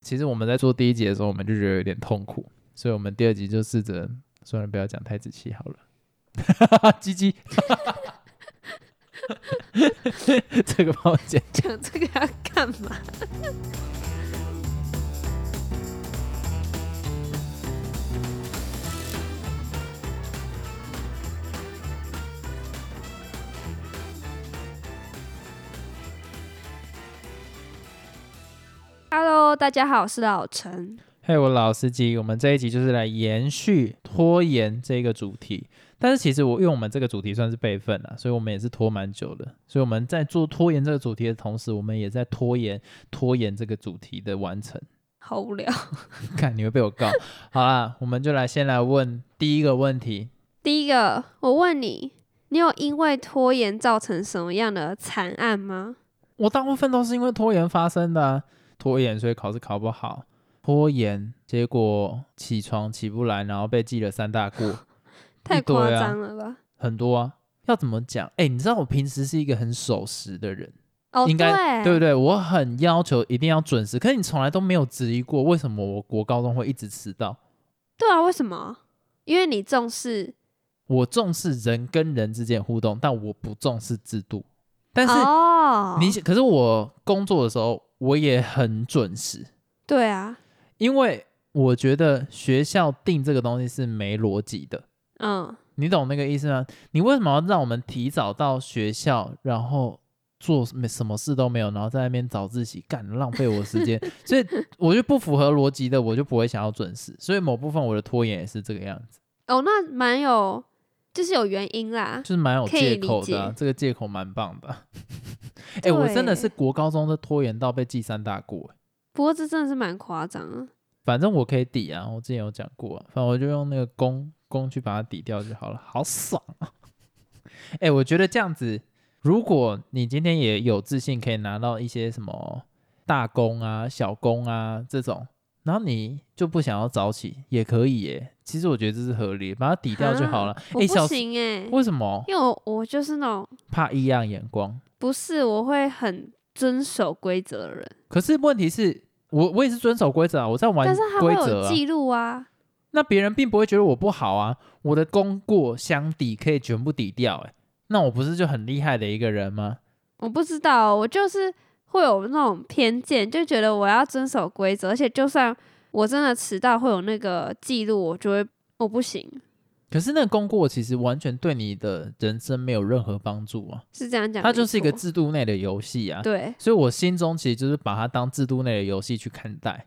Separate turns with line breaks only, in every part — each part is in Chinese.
其实我们在做第一集的时候，我们就觉得有点痛苦，所以我们第二集就试着算了，不要讲太仔细好了。 鸡鸡，这个帮我剪。
讲这个要干嘛？Hello，大家好，我是老陈。
嘿、我老司机，我们这一集就是来延续拖延这个主题。但是其实我因为我们这个主题算是备份了，所以我们也是拖蛮久的。所以我们在做拖延这个主题的同时，我们也在拖延拖延这个主题的完成。
好无聊。
看你会被我告。好啦，我们就来先来问第一个问题。
第一个，我问你，你有因为拖延造成什么样的惨案吗？
我大部分都是因为拖延发生的啊、拖延所以考试考不好，拖延结果起床起不来，然后被记了三大 过，
太
一堆啊
夸张了吧？
很多啊。要怎么讲？哎、你知道我平时是一个很守时的人，
哦，
应该对
对
不对？我很要求一定要准时，可是你从来都没有质疑过为什么我国高中会一直迟到。
对啊，为什么？因为你重视
我重视人跟人之间的互动，但我不重视制度。但是
哦，
你可是我工作的时候，我也很准时，
对啊，
因为我觉得学校定这个东西是没逻辑的，
嗯，
你懂那个意思吗？你为什么要让我们提早到学校，然后做什么什么事都没有，然后在那边早自习，干浪费我时间？所以我就不符合逻辑的，我就不会想要准时。所以某部分我的拖延也是这个样子，
哦，那蛮有，就是有原因啦
就。是蛮有
可以
借
理
口的啊、
解
这个借口蛮棒的啊。 哎、我真的
对
是国高中的拖延到被记三大过、
不过这真的是蛮夸张啊的。
反正我可以抵啊，我之前有讲过、啊，反正我就用那个弓弓去把它抵掉就好了，好爽啊！ 哎、我觉得这样子，如果你今天也有自信可以拿到一些什么大弓啊、小弓啊这种，然后你就不想要早起也可以耶。其实我觉得这是合理，把它抵掉就好了
啊。
哎、
我
小
不行哎、
为什么
因为我我就是那种
怕异样眼光？
不是我会很遵守规则的人，
可是问题是我我也是遵守规则啊，我在玩
但是他会
规则
有
啊。
记录啊。
那别人并不会觉得我不好啊，我的功过相抵可以全部抵掉、欸，那我不是就很厉害的一个人吗？
我不知道，我就是会有那种偏见，就觉得我要遵守规则，而且就算我真的迟到会有那个记录，我就会我不行，
可是那个功过其实完全对你的人生没有任何帮助啊，
是这样讲没错。
它就是一个制度内的游戏啊。
对，
所以我心中其实就是把它当制度内的游戏去看待，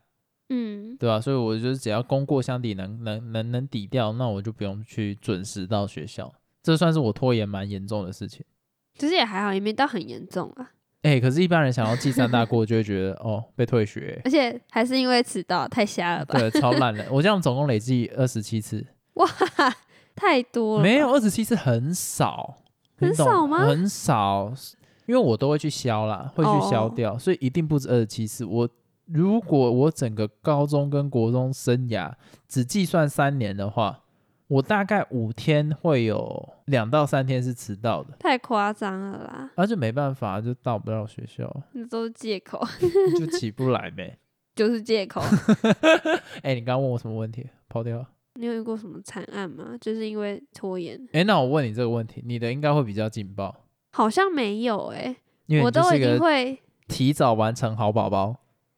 嗯，
对吧、所以我就是只要功过相抵能能能能抵掉，那我就不用去准时到学校，这算是我拖延蛮严重的事情。
其实也还好，也没到很严重啊，
哎、可是，一般人想要记三大过，就会觉得哦被退学欸、
而且还是因为迟到太瞎了吧？
对，超烂的。我这样总共累计二十七次，
哇，太多了，
没有，二十七次很少，你
很
懂
少吗
很少，因为我都会去消啦，会去
哦
消掉，所以一定不止二十七次。我如果我整个高中跟国中生涯只计算三年的话，我大概五天会有两到三天是迟到的，
太夸张了啦，
而且没办法，就到不了学 校，
那都是借口，
就起不来呗。
就是借 口。
哎、你刚刚问我什么问题？抛掉了。
你有遇过什么惨案吗？就是因为拖延，
哎、那我问你这个问题，你的应该会比较劲爆。
好像没有诶、
因为
我
你就
都
是一
一
个
定会，
提早完成好宝宝。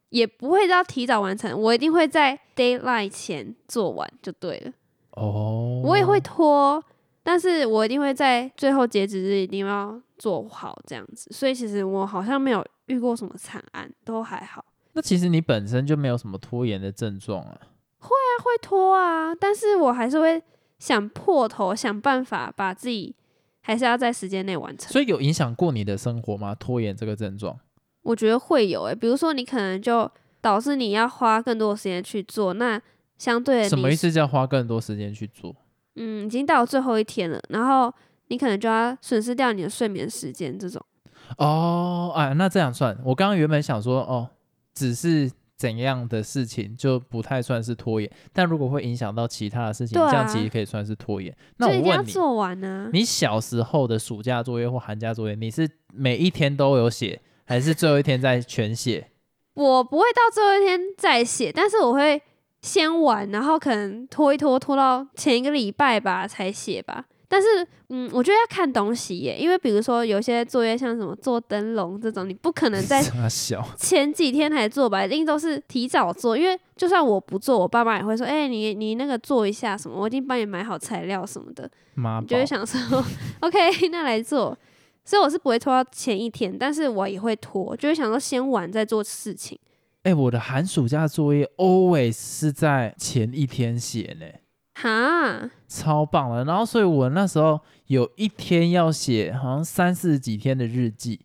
也不会到提早完成，我一定会在 d a y l i g h t 前做完就对了。
哦，
我也会拖，但是我一定会在最后截止日一定要做好这样子。所以其实我好像没有遇过什么惨案，都还好。
那其实你本身就没有什么拖延的症状啊。
会拖啊，但是我还是会想破头，想办法把自己还是要在时间内完成。
所以有影响过你的生活吗？拖延这个症状？
我觉得会有诶、欸比如说你可能就导致你要花更多的时间去做，那相对的
什么
你
意思？叫花更多时间去做？
嗯，已经到最后一天了，然后你可能就要损失掉你的睡眠时间这种。
哦，哎，那这样算。我刚刚原本想说，哦，只是怎样的事情就不太算是拖延，但如果会影响到其他的事情，
对啊
这样其实可以算是拖延。那
就
我
一定要
问你，
做完啊呢、
你小时候的暑假作业或寒假作业，你是每一天都有写，还是最后一天再全写？
我不会到最后一天再写，但是我会先玩，然后可能拖一拖，拖到前一个礼拜吧才写吧。但是，嗯，我觉得要看东西耶，因为比如说有些作业像什么做灯笼这种，你不可能在
傻小，
前几天才做吧，一定都是提早做，因为就算我不做，我爸妈也会说，哎、你你那个做一下什么，我已经帮你买好材料什么的，
妈
你就
宝
会，想说，OK，那来做。所以我是不会拖到前一天，但是我也会拖，就会想说先玩再做事情。
哎、我的寒暑假作业 always 是在前一天写呢，
哈，
超棒的。然后，所以我那时候有一天要写，好像三四十几天的日记，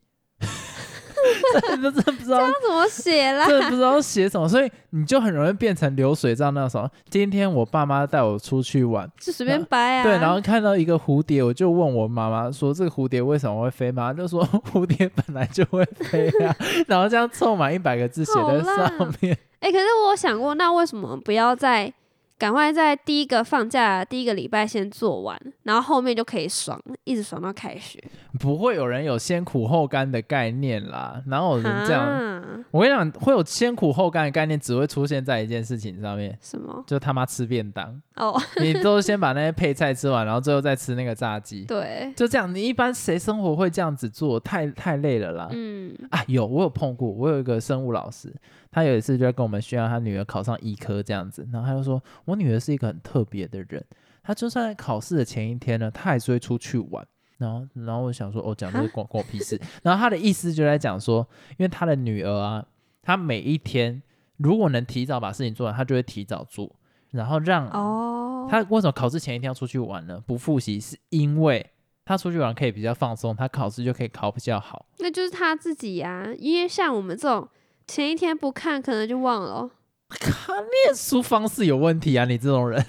真的真的不知道
那怎么写啦？
真的不知道写什么，所以你就很容易变成流水账那种。今天我爸妈带我出去玩，
就随便掰啊。
对，然后看到一个蝴蝶，我就问我妈妈说：“这个蝴蝶为什么会飞？”妈妈就说：“ 蝴蝶本来就会飞啊。” 然后这样凑满一百个字写在
好
上
啦
面，
哎、可是我有想过，那为什么不要在赶快在第一个放假的第一个礼拜先做完，然后后面就可以爽，一直爽到开学？
不会有人有先苦后甘的概念啦，哪哦有人这样？
啊？
我跟你讲，会有先苦后甘的概念，只会出现在一件事情上面，
什么？
就他妈吃便 当。
哦，
你都先把那些配菜吃完，然后最后再吃那个炸鸡。
对，
就这样，你一般谁生活会这样子做？太太累了啦。
嗯，
啊，有我有碰过，我有一个生物老师，他有一次就在跟我们炫耀他女儿考上医科这样子，然后他就说，我女儿是一个很特别的人，她就算在考试的前一天呢，她还是会出去玩。然后，然后我想说，哦，讲这个关关我屁事。然后他的意思就在讲说，因为他的女儿啊，她每一天如果能提早把事情做完，她就会提早做，然后让
哦，
他为什么考试前一天要出去玩呢？不复习是因为他出去玩可以比较放松，他考试就可以考比较好。
那就是他自己呀、因为像我们这种前一天不看，可能就忘了哦。
念书方式有问题啊！你这 种人，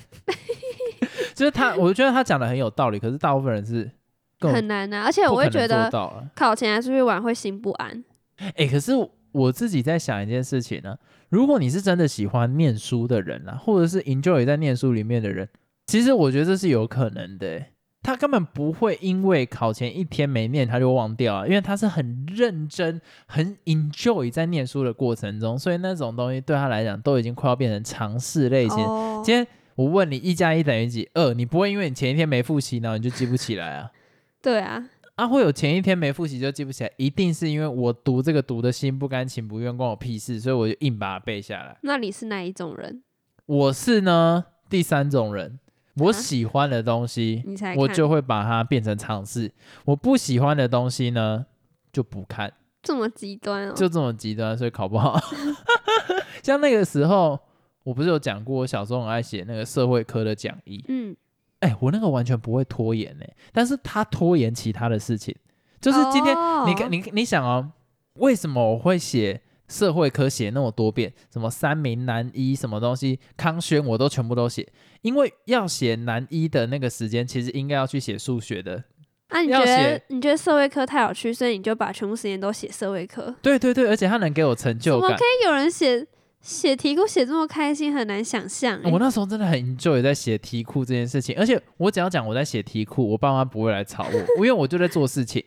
就是他，我觉得他讲的很有道理，可是大部分人是更
很难啊，而且
不
我
可
会
能
觉
做
得
到了。
考前还出去玩会心不安。
哎、可是我自己在想一件事情呢、如果你是真的喜欢念书的人啊，或者是 enjoy 在念书里面的人，其实我觉得这是有可能的欸、他根本不会因为考前一天没念他就忘掉啊，因为他是很认真、很 enjoy 在念书的过程中，所以那种东西对他来讲都已经快要变成常识类型。
哦，
今天我问你一加一等于几？二，你不会因为你前一天没复习，然后你就记不起来 啊？
对啊，
啊，会有前一天没复习就记不起来，一定是因为我读这个读的心不甘情不愿，关我屁事，所以我就硬把它背下来。
那你是哪一种人？
我是呢第三种人，我
啊
喜欢的东西，
你才
我
看
就会把它变成尝试；我不喜欢的东西呢，就不看，
这么极端哦。
就这么极端，所以考不 好。像那个时候，我不是有讲过，我小时候很爱写那个社会科的讲义，
嗯，
哎、我那个完全不会拖延呢、但是他拖延其他的事情，就是今天你看，
哦
你你想哦，为什么我会写社会科写那么多遍？什么三名男一什么东西，康轩我都全部都写，因为要写男一的那个时间，其实应该要去写数学的。
啊，你
要
觉
写
得你觉得社会科太有趣，所以你就把全部时间都写社会科？
对对对，而且它能给我成
怎
就
么
感
可。以有人写写题库写这么开心，很难想象、欸。
啊我那时候真的很 enjoy 在写题库这件事情，而且我只要讲我在写题库，我爸妈不会来吵我，因为我就在做事情，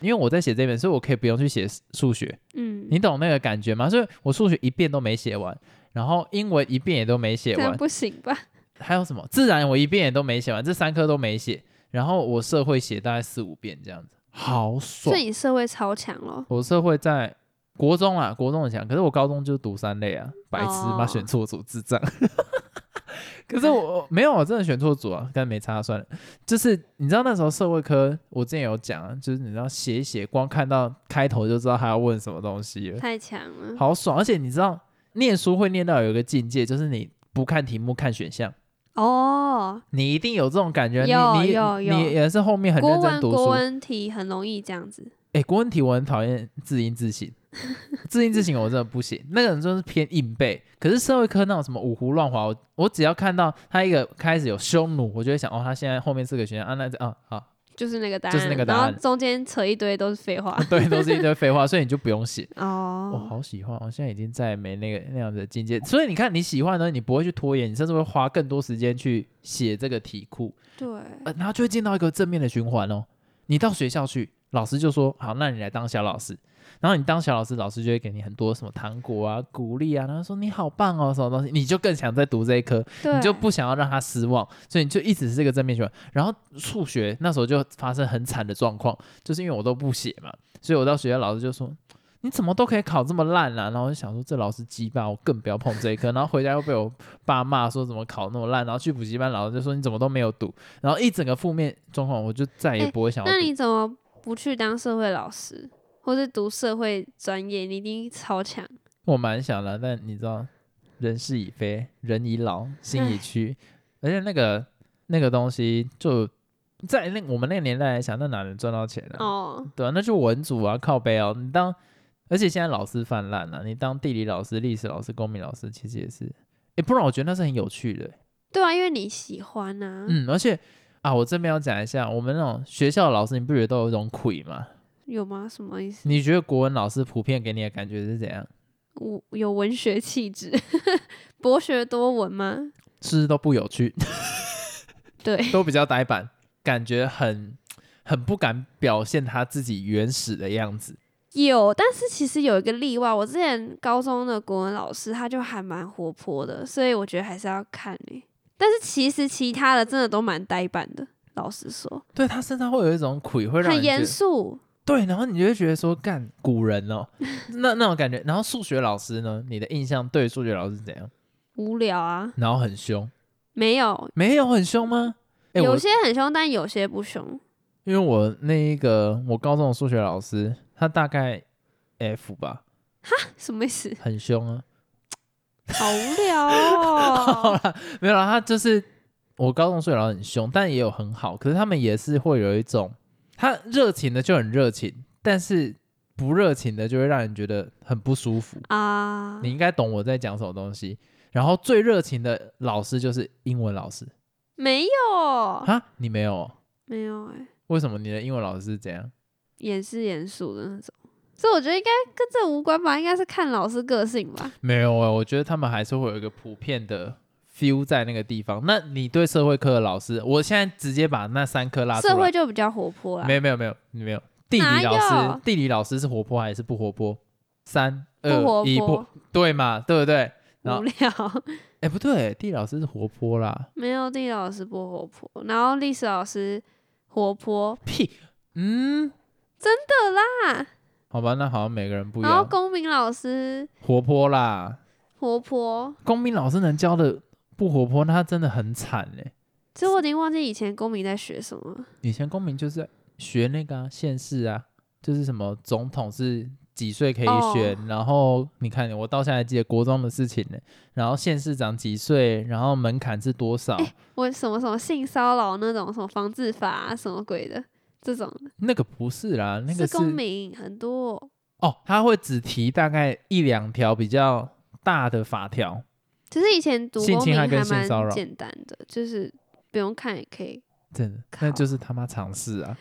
因为我在写这本，所以我可以不用去写数学。
嗯，
你懂那个感觉吗？所以我数学一遍都没写完，然后英文一遍也都没写
这样
完，
不行吧？
还有什么自然我一遍也都没写完，这三科都没写。然后我社会写大概四五遍这样子，好爽
所以。你社会超强咯。
我社会在国中啊，国中很强，可是我高中就读三类啊，白痴
哦
妈、选错组智障。 可是我没有，我真的选错组啊，但没差算了。就是你知道那时候社会科，我之前有讲啊，就是你知道写一写，光看到开头就知道他要问什么东西了。
太强了。
好爽！而且你知道，念书会念到有一个境界，就是你不看题目看选项，
哦，
你一定有这种感觉。
有
你
有
你
有
你也是后面很
国
认真
文
读
国
书。
文题很容易这样子。
哎、国文题我很讨厌字音字 形，字音字形我真的不行，那个人就是偏硬背。可是社会科那种什么五胡乱华，我我只要看到他一个开始有匈奴，我就会想哦，他现在后面四个选项啊，那这啊好，
就是那个答案，
就是那个答案
然后中间扯一堆都是 废话。
对，都是一堆废话，所以你就不用写。我、
哦，
好喜欢，我现在已经在没那个那样的境界，所以你看，你喜欢呢，你不会去拖延，你甚至会花更多时间去写这个题库，
对，
呃，然后就会进到一个正面的循环哦。你到学校去，老师就说好，那你来当小老师，然后你当小老师，老师就会给你很多什么糖果啊、鼓励啊，然后说你好棒哦，什么东西，你就更想再读这一科，
对，
你就不想要让他失望，所以你就一直是这个正面循环。然后数学那时候就发生很惨的状况，就是因为我都不写嘛，所以我到学校老师就说。你怎么都可以考这么烂啊？然后我就想说，这老师鸡巴，我更不要碰这一科。然后回家又被我爸骂说怎么考那么烂，然后去补习班，老师就说你怎么都没有读。然后一整个负面状况，我就再也
哎
不会想要读。
那你怎么不去当社会老师，或是读社会专业？你一定超强。
我蛮想的，但你知道，人事已非，人已老，心已屈，而且那个那个东西就在那我们那个年代来想，那哪能赚到钱啊？
哦，
对啊，那就文组啊，靠背哦。你当，而且现在老师泛滥了、你当地理老师、历史老师、公民老师，其实也是，诶，不然我觉得那是很有趣的、
对啊，因为你喜欢啊，
嗯，而且啊，我这边要讲一下，我们那种学校的老师，你不觉得都有一种鬼吗？
有吗？什么意思？
你觉得国文老师普遍给你的感觉是怎样？
我有文学气质， 博学多闻吗？
是不是都不有趣？
对，
都比较呆板，感觉很很不敢表现他自己原始的样子。
有，但是其实有一个例外，我之前高中的国文老师他就还蛮活泼的，所以我觉得还是要看诶、但是其实其他的真的都蛮呆板的，老实说，
对他身上会有一种苦，会让
很
人觉
严
得
肃。
对，然后你就会觉得说，干古人哦， 那那种感觉。然后数学老师呢，你的印象对数学老师是怎样？
无聊啊，
然后很凶，
没有，
没有很凶吗？哎，
有
我
些很凶，但有些不凶。
因为我那一个我高中的数学老师，他大概 F 吧，
什么意思？
很凶啊。
好无 聊哦。
没有啦，他就是我高中虽然很凶，但也有很好，可是他们也是会有一种，他热情的就很热情，但是不热情的就会让人觉得很不舒服。
啊
你，应该懂我在讲什么东西。然后最热情的老师就是英文老师
没有，
啊，你没有哦？
没有哎、
为什么你的英文老师是怎样？
严是严肃的那种。所以我觉得应该跟这无关吧，应该是看老师个性吧。
没有哎、我觉得他们还是会有一个普遍的 feel 在那个地方。那你对社会课的老师，我现在直接把那三科拉出来，
社会就比较活泼啦
没，有没有没有没有，地
哪
理老
有
师，地理老师是活泼还是不活泼？三
不活
二一，不
泼，
对嘛？对不对？然
无
后
聊。
哎，不对，地理老师是活泼啦。
没有地理老师不活泼，然后历史老师活泼
屁，嗯，
的啦，
好吧，那好像每个人不一
然后
样。
公民老师
活泼啦，
活泼。
公民老师能教的不活泼，那他真的很惨哎。
其实我已经忘记以前公民在学什么了。
以前公民就是学那个啊县市啊，就是什么总统是几岁可以
哦
选，然后你看我到现在还记得国中的事情呢，然后县市长几岁，然后门槛是多少。
我什么什么性骚扰那种什么防治法、啊、什么鬼的这种的，
那个不是啦，那个是
公民很多。
哦，他会只提大概一两条比较大的法条，
其实以前读
性
公
侵
民
害
还
跟性骚
蛮
扰
简单的，就是不用看也可以。
真的，
靠
那就是他妈常识啊！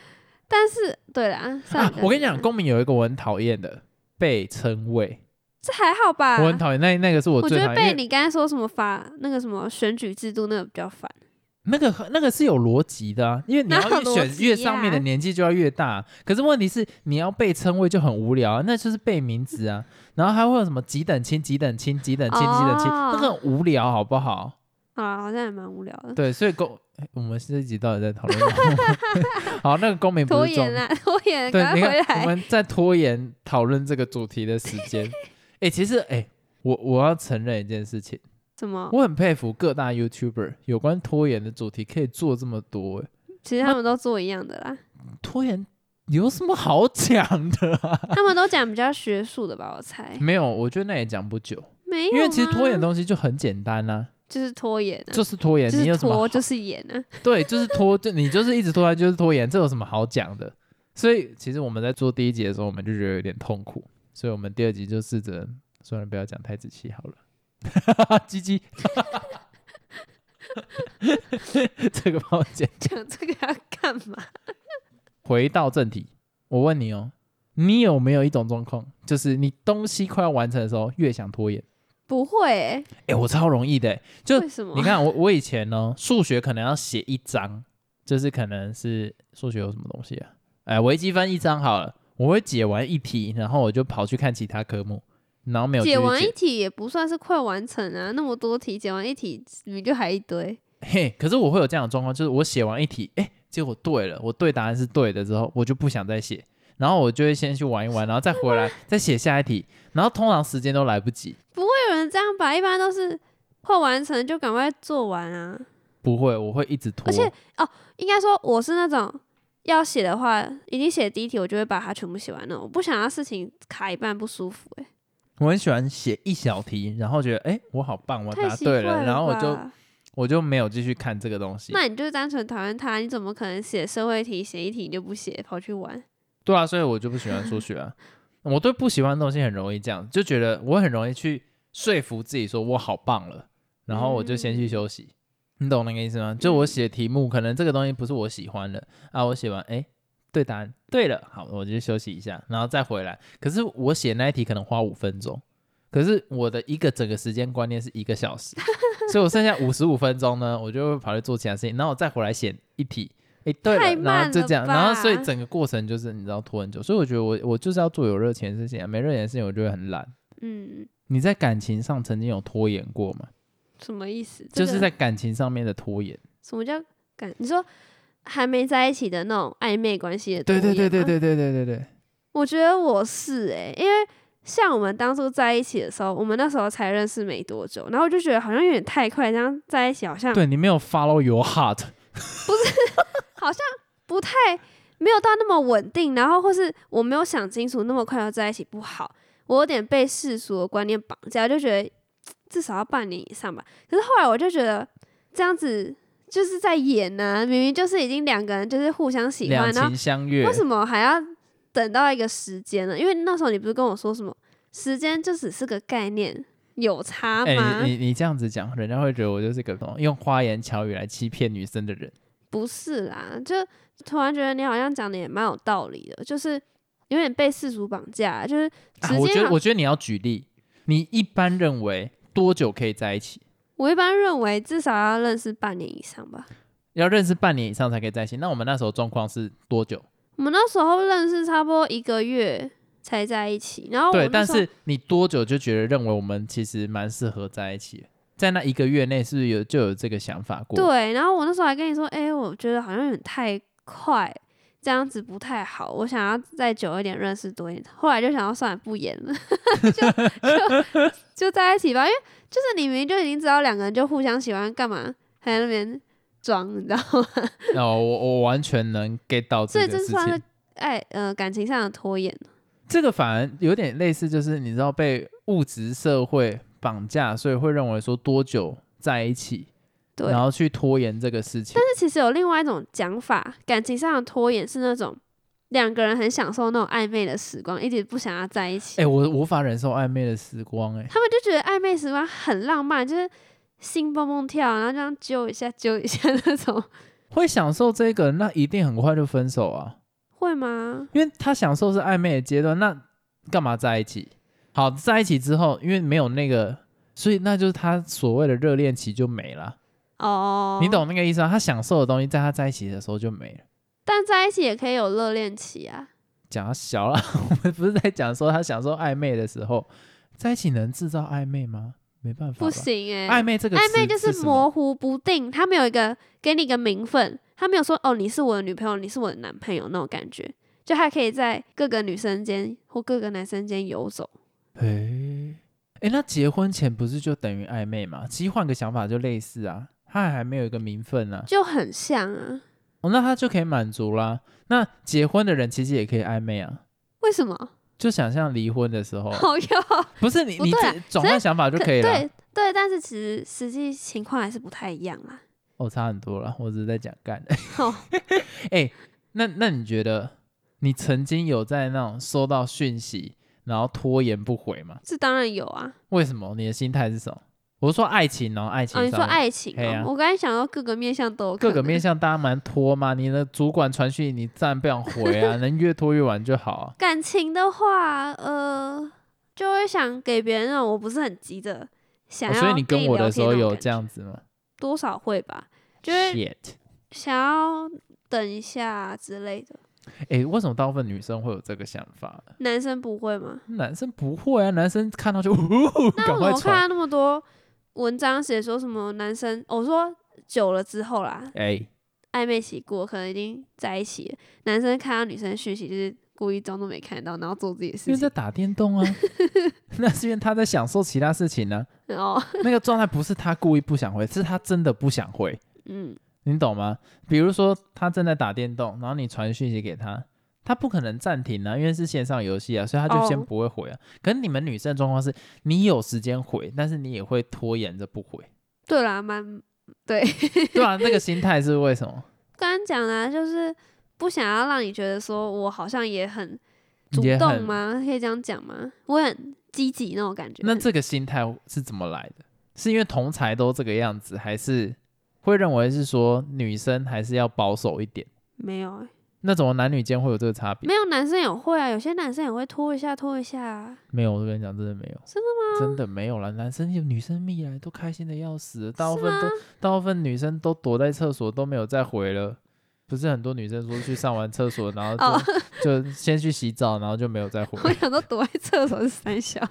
但是对啦，算
啊
了，不要
我跟你讲，
了
公民有一个我很讨厌的被称谓，
这还好吧？
我很讨厌那那个是我
啊觉
最讨
得被
厌，因为
你刚才说什么法那个什么选举制度那个比较烦。
那个那个是有逻辑的啊，因为你
哪
要
有
越
逻
选
辑
越上面的
呀
年纪就要越大，可是问题是你要被称谓就很无聊啊，那就是背名字啊，然后还会有什么几等亲、几等亲、几等亲、几等亲，那个
哦
很无聊好不好？
好啦，啊好像也蛮无聊的，
对，所以公，诶我们这一集到底在讨论什么？ 好，那个公民不
拖
是重
延啦， 拖延，
对，
赶
你
快回
看我
来。
们在拖延讨论这个主题的时 间。哎、其实哎、诶我我要承认一件事情，
什么？
我很佩服各大 YouTuber 有关拖延的主题可以做这么多、诶
其实他们都做一样的啦，
拖延有什么好讲的啊、
他们都讲比较学术的吧，我猜。
没有，我觉得那也讲不久，
没有吗，
因为其实拖延的东西就很简单啦、
就是拖延啊，
就是拖延，
就
你有
是
什么好
拖就是延啊。
对，就是拖，就你就是一直拖延，就是拖延，这有什么好讲的？所以其实我们在做第一集的时候，我们就觉得有点痛苦，所以我们第二集就试着，算了，不要讲太仔细好了。 鸡鸡，这个帮我剪。
讲这个要干嘛？
回到正题，我问你哦，你有没有一种状况，就是你东西快要完成的时候，越想拖延？
不会欸、
哎、我超容易的欸，就
为什么？
你看我我以前呢，数学可能要写一章，就是可能是数学有什么东西啊？哎，微积分一章好了，我会解完一题，然后我就跑去看其他科目，然后没有继续
解完一题也不算是快完成啊，那么多题解完一题，你就还一堆。
嘿，可是我会有这样的状况，就是我写完一题，哎、结果对了，我对答案是对的之后，我就不想再写，然后我就会先去玩一玩，然后再回来再写下一题，然后通常时间都来不及。
会有人这样吧？一般都是快完成就赶快做完啊。
不会，我会一直拖。
而且应该说我是那种要写的话，已经写第一题，我就会把它全部写完了。我不想要事情卡一半不舒服、欸，
我很喜欢写一小题，然后觉得哎、诶我好棒，我
太
答
奇
对
怪
了，
了。
然后我就，我就没有继续看这个东西。
那你就单纯讨厌它，你怎么可能写社会题写一题你就不写，跑去玩？
对啊，所以我就不喜欢数学啊。我对不喜欢的东西很容易这样，就觉得我很容易去说服自己说我好棒了，然后我就先去休息。你懂那个意思吗？就我写题目，可能这个东西不是我喜欢的啊，我写完哎，诶对答案对了，好，我就休息一下，然后再回来。可是我写那一题可能花五分钟，可是我的一个整个时间观念是一个小 时，所以我剩下五十五分钟呢，我就会跑去做其他事情，然后我再回来写一题。哎，对
太
了，然后
慢
就
了
这样，然后所以
吧
整个过程就是你知道拖很久，所以我觉得我我就是要做有热情的事情、啊，没热情的事情我就会很懒。
嗯，
你在感情上曾经有拖延过吗？
什么意思？这
就是
个
在感情上面的拖延。
什么叫感？你说还没在一起的那种暧昧关系的？
对对对对。对对对对对。
嗯我觉得我是诶、因为像我们当初在一起的时候，我们那时候才认识没多久，然后我就觉得好像有点太快，这样在一起好像
对你没有 follow your heart，
好像不太没有到那么稳定，然后或是我没有想清楚那么快要在一起不好，我有点被世俗的观念绑架，就觉得嘖至少要半年以上吧。可是后来我就觉得这样子就是在演呢、明明就是已经两个人就是互相喜
两
欢，然啊后
情相悦
为。什么还要等到一个时间呢？因为那时候你不是跟我说什么时间就只是个概念，有差
哎、
吗？
你你你这样子讲，人家会觉得我就是个什么用花言巧语来欺骗女生的人。
不是啦，就突然觉得你好像讲的也蛮有道理的，就是有点被世俗绑架，就是
啊
时间、
我觉得我觉得你要举例，你一般认为多久可以在一起？
我一般认为至少要认识半年以上吧。
要认识半年以上才可以在一起。那我们那时候状况是多久？
我们那时候认识差不多一个月才在一起，然后哦我
对，
那
但
时候
是你多久就觉得认为我们其实蛮适合在一起的？在那一个月内，是不是有就有这个想法过？，
对，然后我那时候还跟你说，哎、我觉得好像有点太快，这样子不太好，我想要再久一点，认识多一点。后来就想要算了，不演了，就就就在一起吧，因为就是你明明就已经知道两个人就互相喜欢，干嘛还在那边装，你知道吗？
哦，我我完全能 get 到
所
这
以
个
这
事
算是
情。
爱呃感情上的拖延。哦
这个反而有点类似，就是你知道被物质社会绑架，所以会认为说多久在一起，
对，
然后去拖延这个事情。
但是其实有另外一种讲法，感情上的拖延是那种两个人很享受那种暧昧的时光，一直不想要在一起。
哎、我无法忍受暧昧的时光、哎，
他们就觉得暧昧时光很浪漫，就是心蹦蹦跳，然后这样揪一下揪一下那种，
会享受这个，那一定很快就分手啊，
会吗？
因为他享受是暧昧的阶段，那干嘛在一起？好，在一起之后，因为没有那个，所以那就是他所谓的热恋期就没了。
哦，
你。懂那个意思吗？他享受的东西，在他在一起的时候就没了。
但在一起也可以有热恋期啊，
讲他小了， 我们不是在讲说他享受暧昧的时候，在一起能制造暧昧吗？没办法，
不。行哎、
暧昧这个
暧昧
词
就是
什么
模糊不定，他没有一个给你一个名分，他没有说哦你是我的女朋友，你是我的男朋友那种感觉，就还可以在各个女生间或各个男生间游走。
诶，诶，那结婚前不是就等于暧昧吗？其实换个想法就类似啊，他还没有一个名分呢、啊，
就很像啊。
哦，那他就可以满足啦。那结婚的人其实也可以暧昧啊，
为什么？
就想象离婚的时候，
好哟，
不是你
哦不
你
对啊
这转换想法就可以了
对。对，但是其实实际情况还是不太一样啦。
哦，差很多了，我只是在讲干。 哎
哦，
那那你觉得你曾经有在那种收到讯息然后拖延不回吗？
这当然有啊。
为什么？你的心态是什么？我是说爱情哦，爱情
哦，
上
你
面、
说爱情、
嘿啊
哦，我刚才想到各个面向都有可
各
能，
个面向大家蛮拖嘛，你的主管传讯你自然不想回 啊，能越拖越晚就好啊。
感情的话，呃，就会想给别人那种我不是很急着想
哦
要、
所以你跟我
聊
的时
天
候
那
有
种感
这样
觉，
子吗
多少会吧，就是
？Shit，
想要等一下之类的。
哎、为什么大部分女生会有这个想法？
男生不会吗？
男生不会啊，男生看到就呜，
那
赶快
为什么看啊
传。
到那么多文章写说什么男生？我说久了之后啦，
哎、
暧昧期过，可能已经在一起了，男生看到女生讯息就是故意装作没看到，然后做自己的
因
事
为在
情。
打电动 啊，那是因为他在享受其他事情呢、
然后，
那个状态不是他故意不想回，是他真的不想回，
嗯，
你懂吗？比如说他正在打电动，然后你传讯息给他，他不可能暂停啊，因为是线上游戏啊，所以他就先
哦
不会回啊。可是你们女生的状况是，你有时间回，但是你也会拖延着不回，
对啦，蛮对，
对啊，那个心态是为什么？
刚刚讲啦、就是不想要让你觉得说我好像也很主
也
动
很
吗？可以这样讲吗？我很积极那种感觉。
那这个心态是怎么来的？是因为同才都这个样子，还是会认为是说女生还是要保守一点？
没有、欸，
那怎么男女间会有这个差别？
没有男生也会啊，有些男生也会拖一下拖一下、啊。
没有，我跟你讲，真的没有，
真
的吗？真的没有啦，男生有女生蜜来都开心的要死，大部分
吗
都大部分女生都躲在厕所都没有再回了。不是很多女生说去上完厕所，然后
哦
就、就先去洗澡，然后就没有再回，
我想说躲在厕所是三小，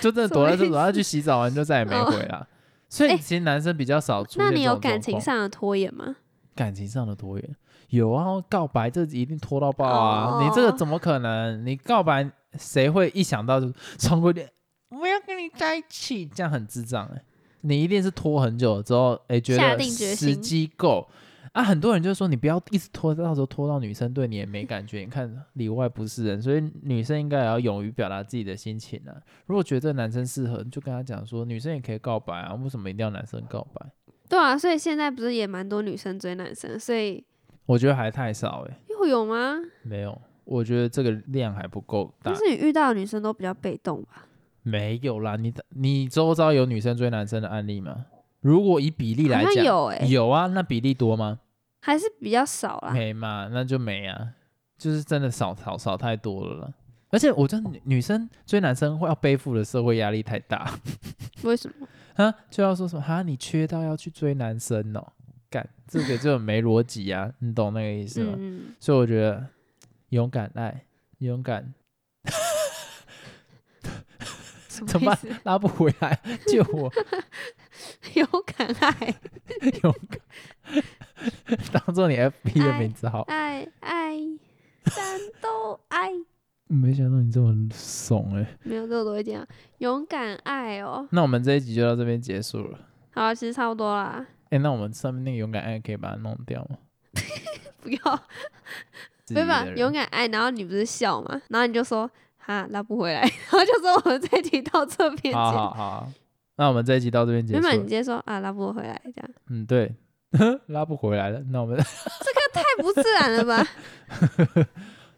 就真的
什
躲
么
在厕
意
所，她去洗澡完就再也没
哦
回啦。所以
哎
其实男生比较少出现
那你
这
有
种状
感情
况
上的拖延吗？
感情上的拖延，有啊，告白这一定拖到爆啊！你这个
哦
怎么可能？你告白谁会一想到就冲过去，我要跟你在一起，这样很智障哎、你一定是拖很久之后，哎、觉
下
得
定决
时
心
机够啊。很多人就说你不要一直拖，到时候拖到女生对你也没感觉。你看里外不是人，所以女生应该也要勇于表达自己的心情啊。如果觉得这男生适合，你就跟他讲说，女生也可以告白啊，为什么一定要男生告白？
对啊，所以现在不是也蛮多女生追男生，所以
我觉得还太少哎、
又有吗？
没有，我觉得这个量还不够大
但。是你遇到的女生都比较被动吧？
没有啦，你你周遭有女生追男生的案例吗？如果以比例来
好像
讲，
有啊哎、
有啊，那比例多吗？
还是比较少啦。
没嘛，那就没啊，就是真的少少少太多了啦。而且我觉得女女生追男生会要背负的社会压力太大
为什么？
啊，就要说什么哈，你缺到要去追男生哦，干这个就很没逻辑啊，你懂那个意思吗？
嗯，
所以我觉得勇敢爱，勇敢
什
怎
么
么
意思？
拉不回来， 救我！
有感爱，
勇敢， 当做你 FB 的
哎
名字好。
爱爱，战斗爱，
没想到你这么怂哎、
没有这我都会这样。啊勇敢爱哦，
那我们这一集就到这边结束了。
好，其实差不多啦，
哎、那我们上面那个勇敢爱可以把它弄掉吗？
不要，
自己
没
的
办法，
人
勇敢爱。然后你不是笑嘛？然后你就说哈拉不回来， 然后就说我们这一集到这边结
好好好，那我们这一集到这边结
没
束
办法，你
了
直。接说啊拉不回来这样，
嗯，对， 拉不回来了。那我们
太不自然了吧？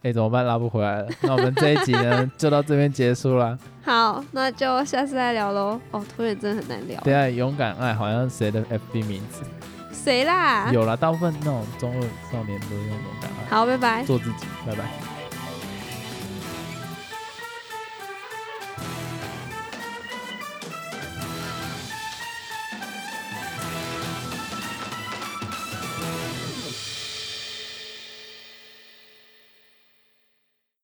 哎、怎么办？拉不回来了。那我们这一集 呢就到这边结束了。
好，那就下次再聊喽。哦，拖延真的很难聊，
等一下勇敢爱好像谁的 FB 名字？
谁啦？
有啦，大部分那种中二少年都用勇敢爱。
啊好，拜拜。
做自己，拜拜。